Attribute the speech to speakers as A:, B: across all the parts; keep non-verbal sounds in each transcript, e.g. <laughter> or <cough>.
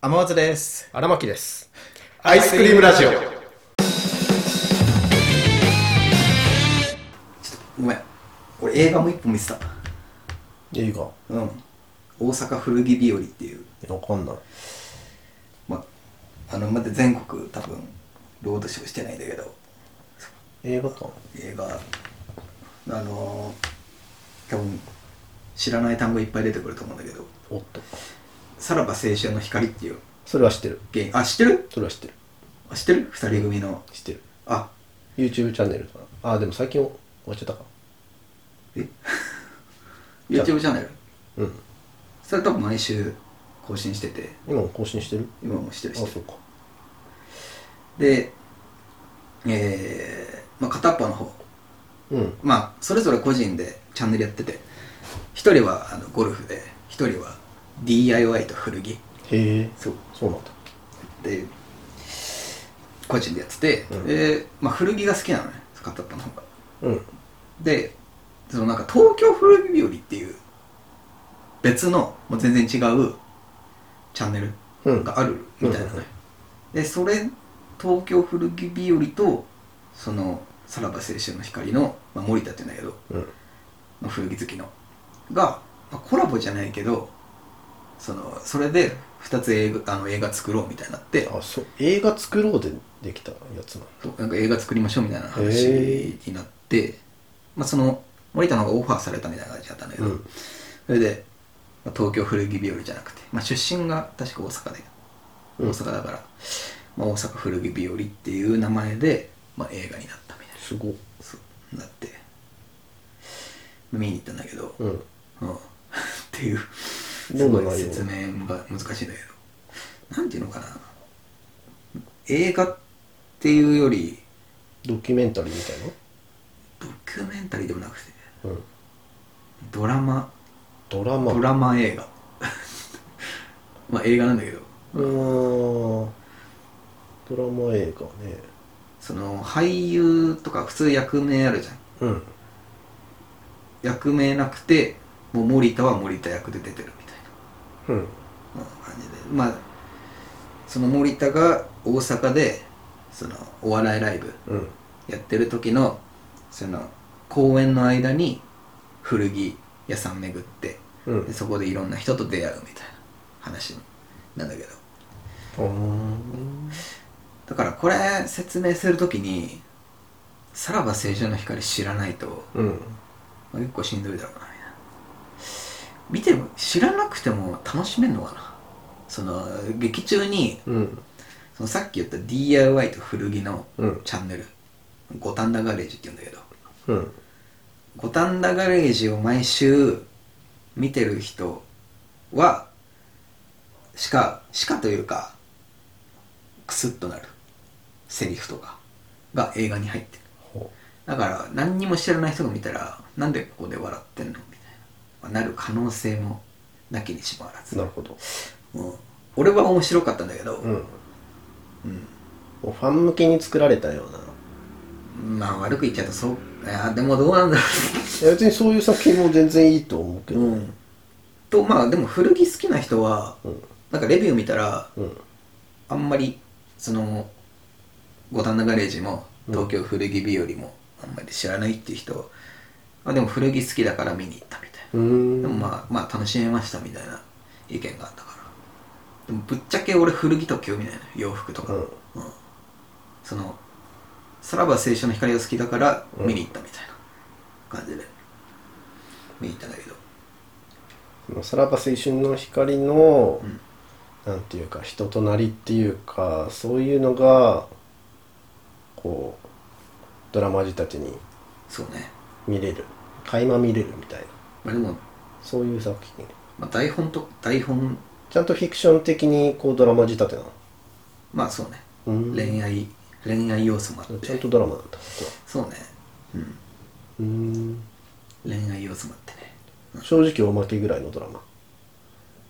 A: 天松です
B: 荒牧です
A: アイスクリームラジオごめん俺映画も一本見てた
B: いいか
A: うん大阪古着日和っていう、
B: わかんない
A: ま、あのまだ全国多分ロードショーしてないんだけど
B: 映画か
A: 映画あのー、多分知らない単語いっぱい出てくると思うんだけど
B: おっと
A: 「さらば青春の光」っていう
B: それは知ってる
A: ゲームあ知ってる
B: それは知ってる
A: あ知ってる二人組の
B: 知ってる
A: あ
B: YouTube チャンネルとかああでも最近終わっちゃったか
A: <laughs> え YouTube チャンネル
B: うん
A: それ多分毎週更新してて
B: 今も更新してる
A: 今もしてる
B: あ
A: し
B: そうか
A: でえー、まあ片っぽの方
B: うん
A: まあそれぞれ個人でチャンネルやってて一人はあのゴルフで一人は DIY と古着
B: へえ
A: そう
B: そうなんだ
A: で個人でやってて、
B: うん
A: で、まあ、古着が好きなのね片っぽの方が
B: うん
A: でそのなんか東京古着日和っていう別のもう全然違うチャンネル
B: うん
A: があるみたいなね、
B: うんうん
A: でそれ東京古着日和とそのさらば青春の光の、まあ、森田って言うんだけど
B: うん
A: の古着好きのが、まあ、コラボじゃないけどそのそれで2つ映画あの映画作ろうみたいになって
B: あそう映画作ろうでできたやつなんだ
A: なんか映画作りましょうみたいな話
B: へ
A: になって、まあ、その森田の方がオファーされたみたいな感じだったんだけど、
B: うん
A: それで、まあ、東京古着日和じゃなくて、まあ、出身が確か大阪で、
B: うん
A: 大阪だから、まあ、大阪古着日和っていう名前で、まあ、映画になったみたいな
B: すごっ
A: そうなって見に行ったんだけど、
B: うん
A: うんっていうす
B: どんな
A: ご
B: 内容
A: い説明が難しいんだけどなんていうのかな映画っていうより
B: ドキュメンタリーみたい
A: ドキュメンタリーでもなくて
B: なうん
A: ドラマ
B: ドラマ
A: ドラマ映画 <laughs> まあ映画なんだけど
B: うーんドラマ映画ね
A: その俳優とか普通役名あるじゃん
B: うん
A: 役名なくてもう森田は森田役で出てるみたい
B: うん
A: なうん感じでまあその森田が大阪でそのお笑いライブ
B: うん
A: やってる時のその公演の間に古着屋さん巡って
B: うん
A: でそこでいろんな人と出会うみたいな話なんだけど
B: あー
A: だからこれ説明するときにさらば青春の光知らないと、
B: うん
A: まあ結構しんどいだろうなみたいな見ても知らなくても楽しめんのかなその劇中に
B: うん
A: そのさっき言った DIY と古着の
B: うん
A: チャンネル五反田ガレージって言うんだけど
B: うん
A: 五反田ガレージを毎週見てる人はしかしかというかクスッとなるセリフとかが映画に入ってる
B: ほ
A: だから何にも知らない人が見たらなんでここで笑ってんのみたいななる可能性もなきにしもあら
B: う
A: ず、
B: なるほど
A: うん俺は面白かったんだけど、
B: うん
A: うん
B: もうファン向けに作られたような
A: まあ悪く言っちゃうとそういやでもどうなんだろ
B: いや別にそういう作品も全然いいと思うけ
A: う、
B: ど
A: うん、とまあでも古着好きな人は
B: うん
A: なんかレビュー見たら
B: うん
A: あんまりその五反田ガレージも
B: うん
A: 東京古着日和もあんまり知らないっていう人、あでも古着好きだから見に行ったみたいな、
B: うーん
A: でもまあまあ楽しめましたみたいな意見があったからでもぶっちゃけ俺古着と興味ないのよ洋服とか、
B: うん
A: うんそのさらば青春の光が好きだから
B: うん
A: 見に行ったみたいな感じで見に行ったんだけど
B: そのさらば青春の光の、
A: うん
B: なんていうか人となりっていうかそういうのがこうドラマージたちに
A: そうね、
B: 見れる垣間見れるみたいな
A: まあ、でも、
B: そういう作品
A: まあ、台本と台本
B: ちゃんとフィクション的にこうドラマ仕立てなの
A: まあそうね
B: うーん
A: 恋愛恋愛要素もあって
B: ちゃんとドラマなんだここは
A: そうね、うん、
B: うーん
A: 恋愛要素もあってね
B: 正直おまけぐらいのドラマ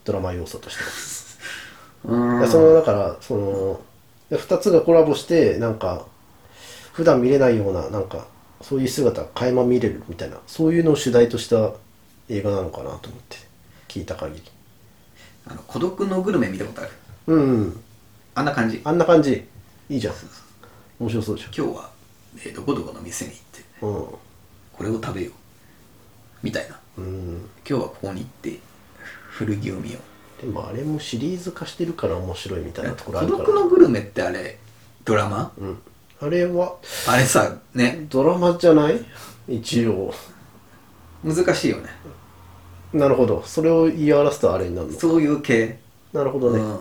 B: ドラマ要素としては
A: う
B: い
A: ん
B: やそのだからそので2つがコラボしてなんか普段見れないようななんかそういう姿が垣間見れるみたいなそういうのを主題とした映画なのかなと思って聞いた限り
A: あの孤独のグルメ見たことある
B: うん
A: あんな感じ
B: あんな感じいいじゃん面白そうでし
A: 今日は、えーどこどこの店に行って
B: ょ
A: これを食べようみたいな
B: うんうん
A: 今日はここに行って古着を見よう
B: でもあれもシリーズ化してるから面白いみたいなところあ
A: 孤
B: るから
A: 独のグルメってあれドラマ、
B: うん、あれは
A: あれさね
B: ドラマじゃない一応
A: 難しいよね
B: なるほどそれを言い表すとあれになるの
A: そういう系
B: なるほどね、
A: うん、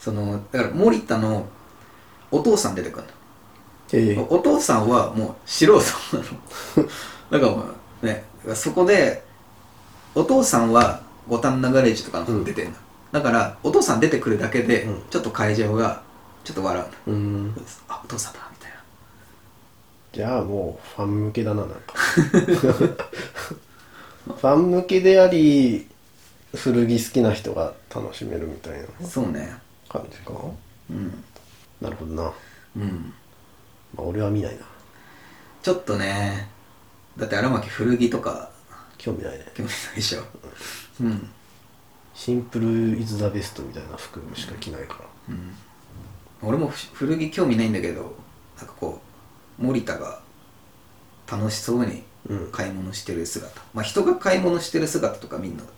A: そのだから森田のお父さん出てくる
B: え
A: の
B: え
A: お父さんはもう素人なの
B: <laughs>
A: だからもうねそこでお父さんは五反田ガレージとかの出てるの、だからお父さん出てくるだけで、
B: うん
A: ちょっと会場がちょっと笑うの
B: うん
A: あお父さんだみたいな
B: じゃあもうファン向けだななん
A: <laughs>
B: かファン向けであり古着好きな人が楽しめるみたいな
A: そうね
B: 感じか
A: うん
B: なるほどな、ま
A: うん
B: あ、俺は見ないな
A: ちょっとねだって荒牧古着とか
B: 興味ないね
A: 興味ないでしょうん
B: シンプルイズザベストみたいな服しか着ないから
A: うん俺もふ古着興味ないんだけどなんかこう森田が楽しそうに
B: うんう
A: 買い物してる姿まあ人が買い物してる姿とかみんな好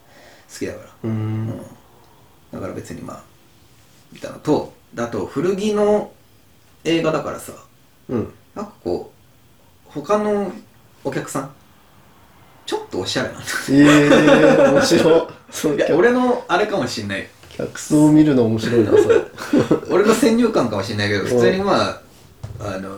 A: きだから、
B: ー
A: うん
B: ん
A: だから別にまあみたいなのとだと古着の映画だからさ
B: うん
A: なんかこう他のお客さんちょっとおしゃれなん <laughs> だ
B: ええー、面白いそう
A: いや俺のあれかもしんない
B: 客層を見るの面白いなそれ
A: 俺の先入観かもしれないけど普通にまああの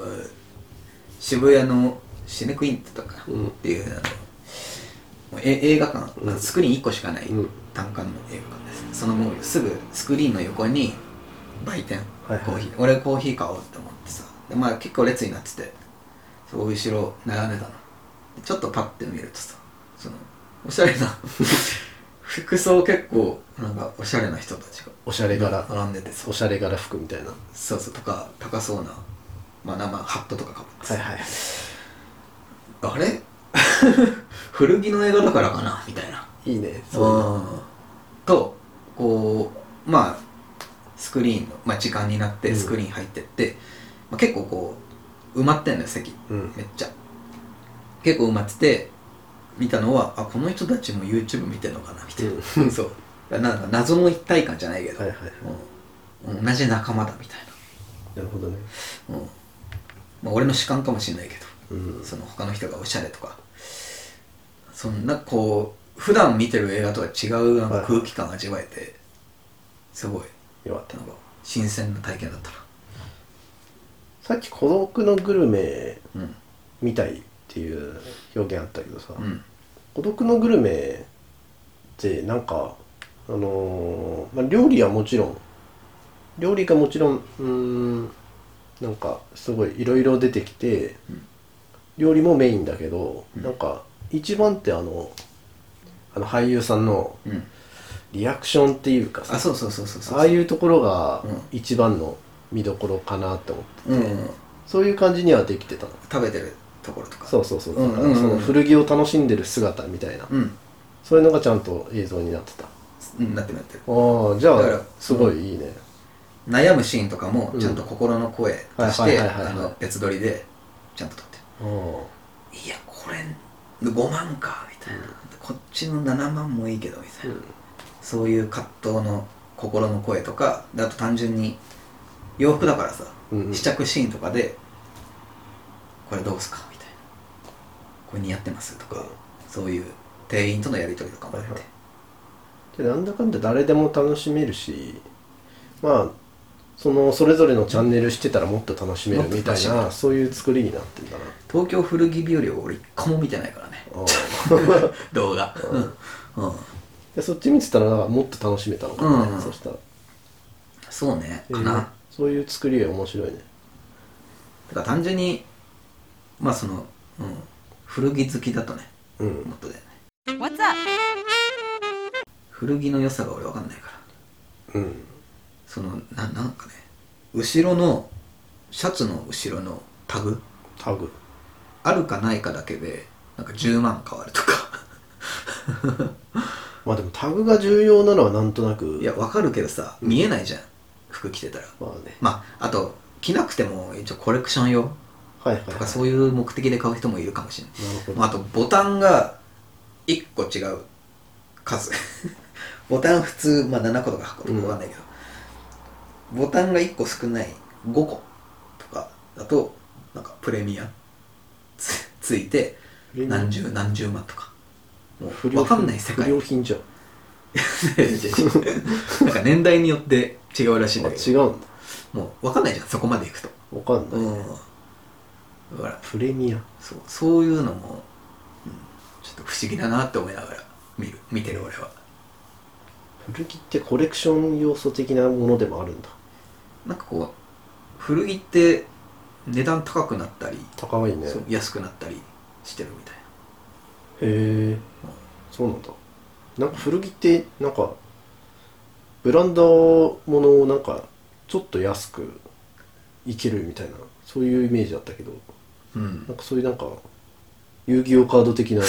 A: 渋谷のシネクインとか
B: うん
A: っていうあのもうえ映画館、
B: うん
A: スクリーン1個しかない
B: うん
A: 単館の映画館ですそのもうすぐスクリーンの横に売店、
B: はいはい
A: コーヒー俺コーヒー買おうって思ってさでまあ結構列になっててそう後ろ眺めたのでちょっとパッて見るとさそのおしゃれな <laughs> 服装結構なんかおしゃれな人たちが
B: おしゃれ柄
A: 並んでてさ
B: おしゃれ柄服みたいなは
A: そうそうとか高そうなまあ生ハットとかかぶって
B: い
A: さ、
B: はい
A: あれ <laughs> 古着の映画だからかなみたいない
B: いねそ
A: うんとこうまあスクリーンの、まあ、時間になっ
B: う
A: て
B: ん
A: スクリーン入ってって、まあ、結構こう埋まってんのよ席
B: ううん
A: めっちゃ結構埋まってて見たのはあこの人たちも YouTube 見てんのかなみたいな、
B: う
A: <laughs>
B: ん
A: そうなんか謎の一体感じゃないけど、
B: はいはいはい
A: うん同じ仲間だみたいな
B: なるほどね
A: うんまあ、俺の主観かもしれないけ
B: うん
A: どその他の人がおしゃれとかそんなこう普段見てる映画とは違うなん
B: は
A: か
B: い
A: 空気感味わえてすごい
B: よかった
A: なんか新鮮な体験だった
B: さっき孤独のグルメ
A: なうん
B: みたいっていう表現あったけどさ、
A: うん
B: 孤独のグルメってなんかあのーまあ、料理はもちろん料理がもちろんうーんなんかすごいいろいろ出てきて、
A: うん
B: 料理もメインだけど、
A: うん
B: なんか一番ってあのあの俳優さんの
A: うん
B: リアクションっていうかさ
A: あそうそうそうそうそう
B: ああいうところが
A: うん
B: 一番の見どころかなって思って、
A: うんうん、
B: そういう感じにはできてたの
A: 食べてるところとか
B: そうそうそう
A: う
B: だ
A: ん
B: からそ
A: うんう
B: の
A: ん
B: 古着を楽しんでる姿みたいな、
A: うん、
B: そういうのがちゃんと映像になってた
A: うん、なってるなってる
B: ああじゃ
A: だから
B: あすごいいいね、
A: 悩むシーンとかもちゃんと心の声とし
B: はい
A: て
B: はいはいはいはい
A: あの別撮りでちゃんと撮ってる
B: あ
A: いやこれ5万かみたいな、こっちの7万もいいけどみた
B: あ
A: いな、そういう葛藤の心の声とかであと単純に洋服だからさ、
B: うんうん
A: 試着シーンとかでこれどうすかみたいなこれ似合ってますとかそういう店員とのやり取りとかもあって、
B: はいはいでなんだかんだ誰でも楽しめるしまあそのそれぞれのチャンネルしてたらもっと楽しめるみた
A: もっと楽
B: い
A: しめ
B: な
A: る
B: そういう作りになってんだな
A: 東京古着日和を俺一個も見てないからね
B: ああ
A: <laughs> 動画うん、うん、
B: でそっち見てたらなんかもっと楽しめたのかもね、
A: うん
B: そしたら、
A: そうねか
B: えー
A: な、
B: そういう作りが面白いね
A: だから単純にまあその、うん、古着好きだとね
B: うん
A: もっとだよね
C: What's up?
A: 古着の良さが俺分かんないから
B: うん
A: そのななんかね後ろのシャツの後ろのタグ
B: タグ
A: あるかないかだけでなんか10万変わるとか <laughs>
B: まあでもタグが重要なのはなんとなく
A: いや分かるけどさ見えないじゃん、服着てたら
B: まあね
A: まああと着なくても一応コレクション用
B: はいはい、
A: と
B: は
A: か
B: い、
A: そういう目的で買う人もいるかもしれない
B: なるほど、
A: まあ、あとボタンが1個違う数 <laughs> ボタン普通、まあ、7個とか8個とか分かんないけど、ボタンが1個少ない5個とかだとなんかプレミアつついて何十何十万とかもう
B: 不良
A: 分かんない世界
B: 不良品じゃん
A: <laughs> なんか年代によって違うらしいん
B: あ
A: だけ
B: 違
A: ど
B: うんだ
A: もう分かんないじゃんそこまでいくと、
B: わかんない、
A: うんだから
B: プレミア
A: そうそういうのも、うんちょっと不思議だなって思いながら見る見てる俺は
B: 古着ってコレクション要素的なものでもあるんだ
A: なんかこう古着って値段高くなったり、
B: 高いね
A: そう安くなったりしてるみたい
B: へえそうなんだなんか古着ってなんかブランドものをなんかちょっと安くいけるみたいなそういうイメージだったけど
A: な、う
B: なん
A: ん、
B: かそういうなんか遊戯王カード
A: <laughs>
B: 的な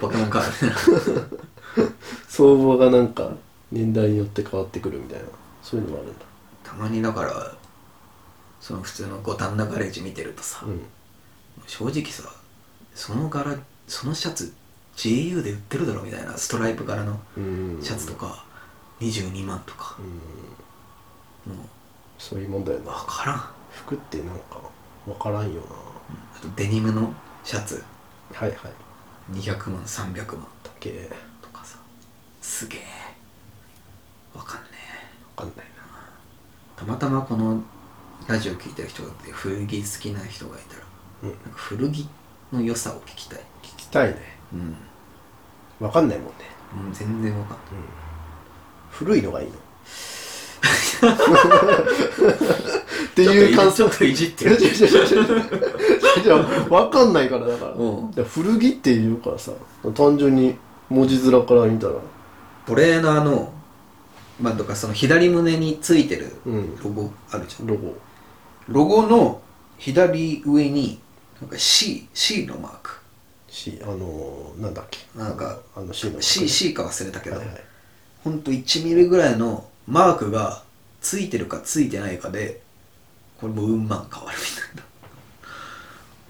A: ポケモンカード <laughs>
B: 相場がなんか年代によって変わってくるみたいなそういうのもあるんだ
A: たまにだからその普通の五反田ガレージ見てるとさ、
B: うん
A: 正直さその柄そのシャツ GU で売ってるだろみたいなストライプ柄の
B: うん
A: シャツとか、22万とか
B: う、ん
A: も
B: そういうもんだよ
A: う分
B: な
A: からんあ
B: 服ってなんか分からんよな
A: とデニムのシャツ
B: はいはい
A: 200万300万
B: だけ分
A: とかさすげえわかんね
B: かんない
A: えなたまたまこのラジオ聞いてる人がいて古着好きな人がいたら
B: な、うん、
A: なんか古着の良さを聞きたい
B: 聞きたいね
A: うん、
B: 分かんないもんね
A: うん、全然わかんない
B: うん古いのがいいのっていう感
A: ち
B: 想
A: ょっといじっ
B: い
A: て
B: や違う
A: る
B: 違う違う違う違う分かんないからだから,、
A: うん
B: 古着っていうからさ単純に文字面から見たら
A: トレーナーのまあとかその左胸についてる
B: うん
A: ロゴあるじゃん
B: ロゴ
A: ロゴの左上になんか C, C のマーク
B: C あのー、なんだっけ
A: なんか
B: あの C の
A: C, C か忘れたけど、
B: はいはい
A: ほんと1ミリぐらいのマークがついてるかついてないかでこれもう運万変わる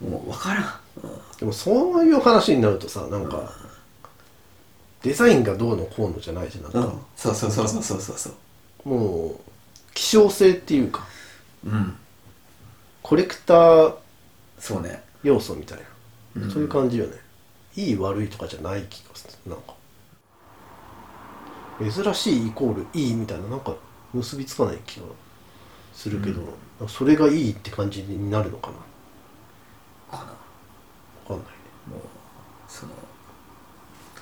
A: みたいなもう分からん、うん
B: でもそういう話になるとさなんか、デザインがどうのこうのじゃないしなんか、
A: そうそうそうそうそうそうそう
B: もう希少性っていうか
A: うん
B: コレクター
A: そうね
B: 要素みたいな、
A: うん
B: そういう感じよねいい悪いとかじゃない気がするなんか珍しいイコールいいみたいななんか結びつかない気がするけど、それがいいって感じになるのかな
A: かな
B: 分かんないね
A: もうその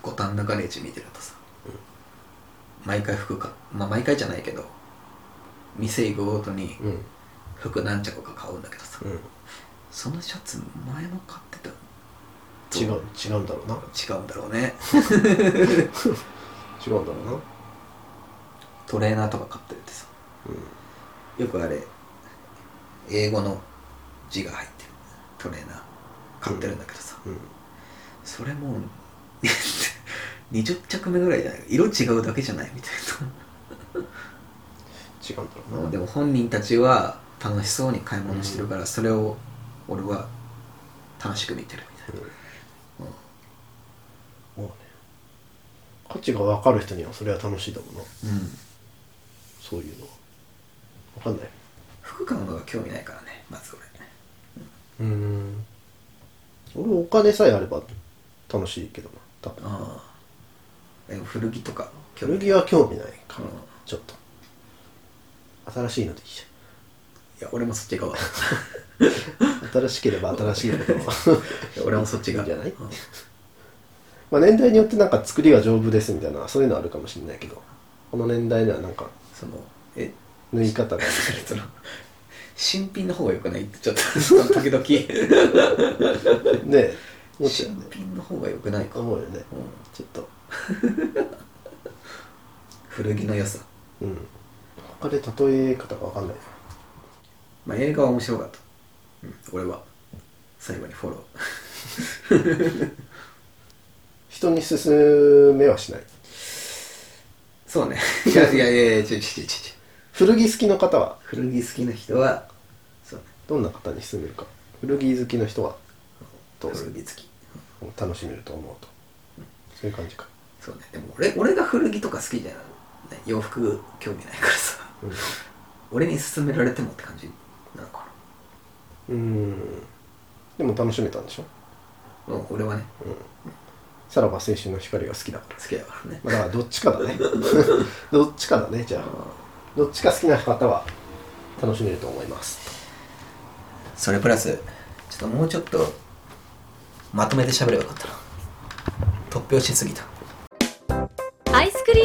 A: 五反田ガレージ見てるとさ、毎回服かまあ毎回じゃないけど店行くごとに
B: うん
A: 服何着か買うんだけどさ、
B: うん
A: そのシャツ前も買ってた
B: 違う違うんだろうな
A: 違うんだろうね
B: 違うんだろうな
A: トレーナーとか買ってるってさ
B: うん
A: よくあれ英語の字が入ってるトレーナー買ってるんだけどさ、
B: うん
A: それもう <laughs> 20着目ぐらいじゃない色違うだけじゃないみたい
B: 違うんだろう
A: な
B: な
A: でも本人たちは楽しそうに買い物してるから、それを俺は楽しく見てるみたいな
B: まあね価値が分かる人にはそれは楽しいだもんな
A: うん
B: そういうのは分かんない
A: 服買うのが興味ないからねまず俺
B: うん俺お金さえあれば楽しいけどな多分
A: ああでも古着とか興味
B: 古
A: ない
B: 着は興味ないか
A: う
B: ら
A: ん
B: ちょっと新しいのでいい
A: <laughs>
B: じ
A: いや俺もそっち側 <laughs> い
B: ゃん新しければ新しいほど
A: や <laughs> 俺もそっち側
B: いいんじゃない
A: うん
B: まあ年代によってなんか作りが丈夫ですみたいなそういうのあるかもしれないけどこの年代ではなんか
A: そのえ
B: 縫い方が
A: <laughs> その新品の方が良くないってちょっ <laughs> と時々
B: ねえ思っちゃうよ
A: 新
B: ね
A: 品の方が良くないか、うん
B: 思うよねちょっと
A: 古着の良さ、
B: うん他で例え方が分かんないな
A: まあ、映画は面白かった、うん、俺は最後にフォロー <laughs>
B: 人に勧めはしない
A: そうねいやいやいやいやちょちょちょちょ
B: 古着好きの方は
A: 古着好きな人はそう
B: どんな方に勧めるか古着好きの人はどう
A: 古
B: す
A: 着
B: る
A: 好き
B: 楽しめると思うとそういう感じか、
A: そうねでも俺俺が古着とか好きじゃない洋服興味ないからさ
B: うん
A: 俺に勧められてもって感じなのか
B: うーんでも楽しめたんでしょ
A: なうん俺はね
B: さらば青春の光が好きだから
A: 好きだからね
B: まあだからどっちかだ
A: <laughs>
B: ねどっちかだねじゃあどっちか好きな方は楽しめると思います
A: それプラスちょっともうちょっとまとめて喋ればよかったな突拍子すぎた
C: アイスクリ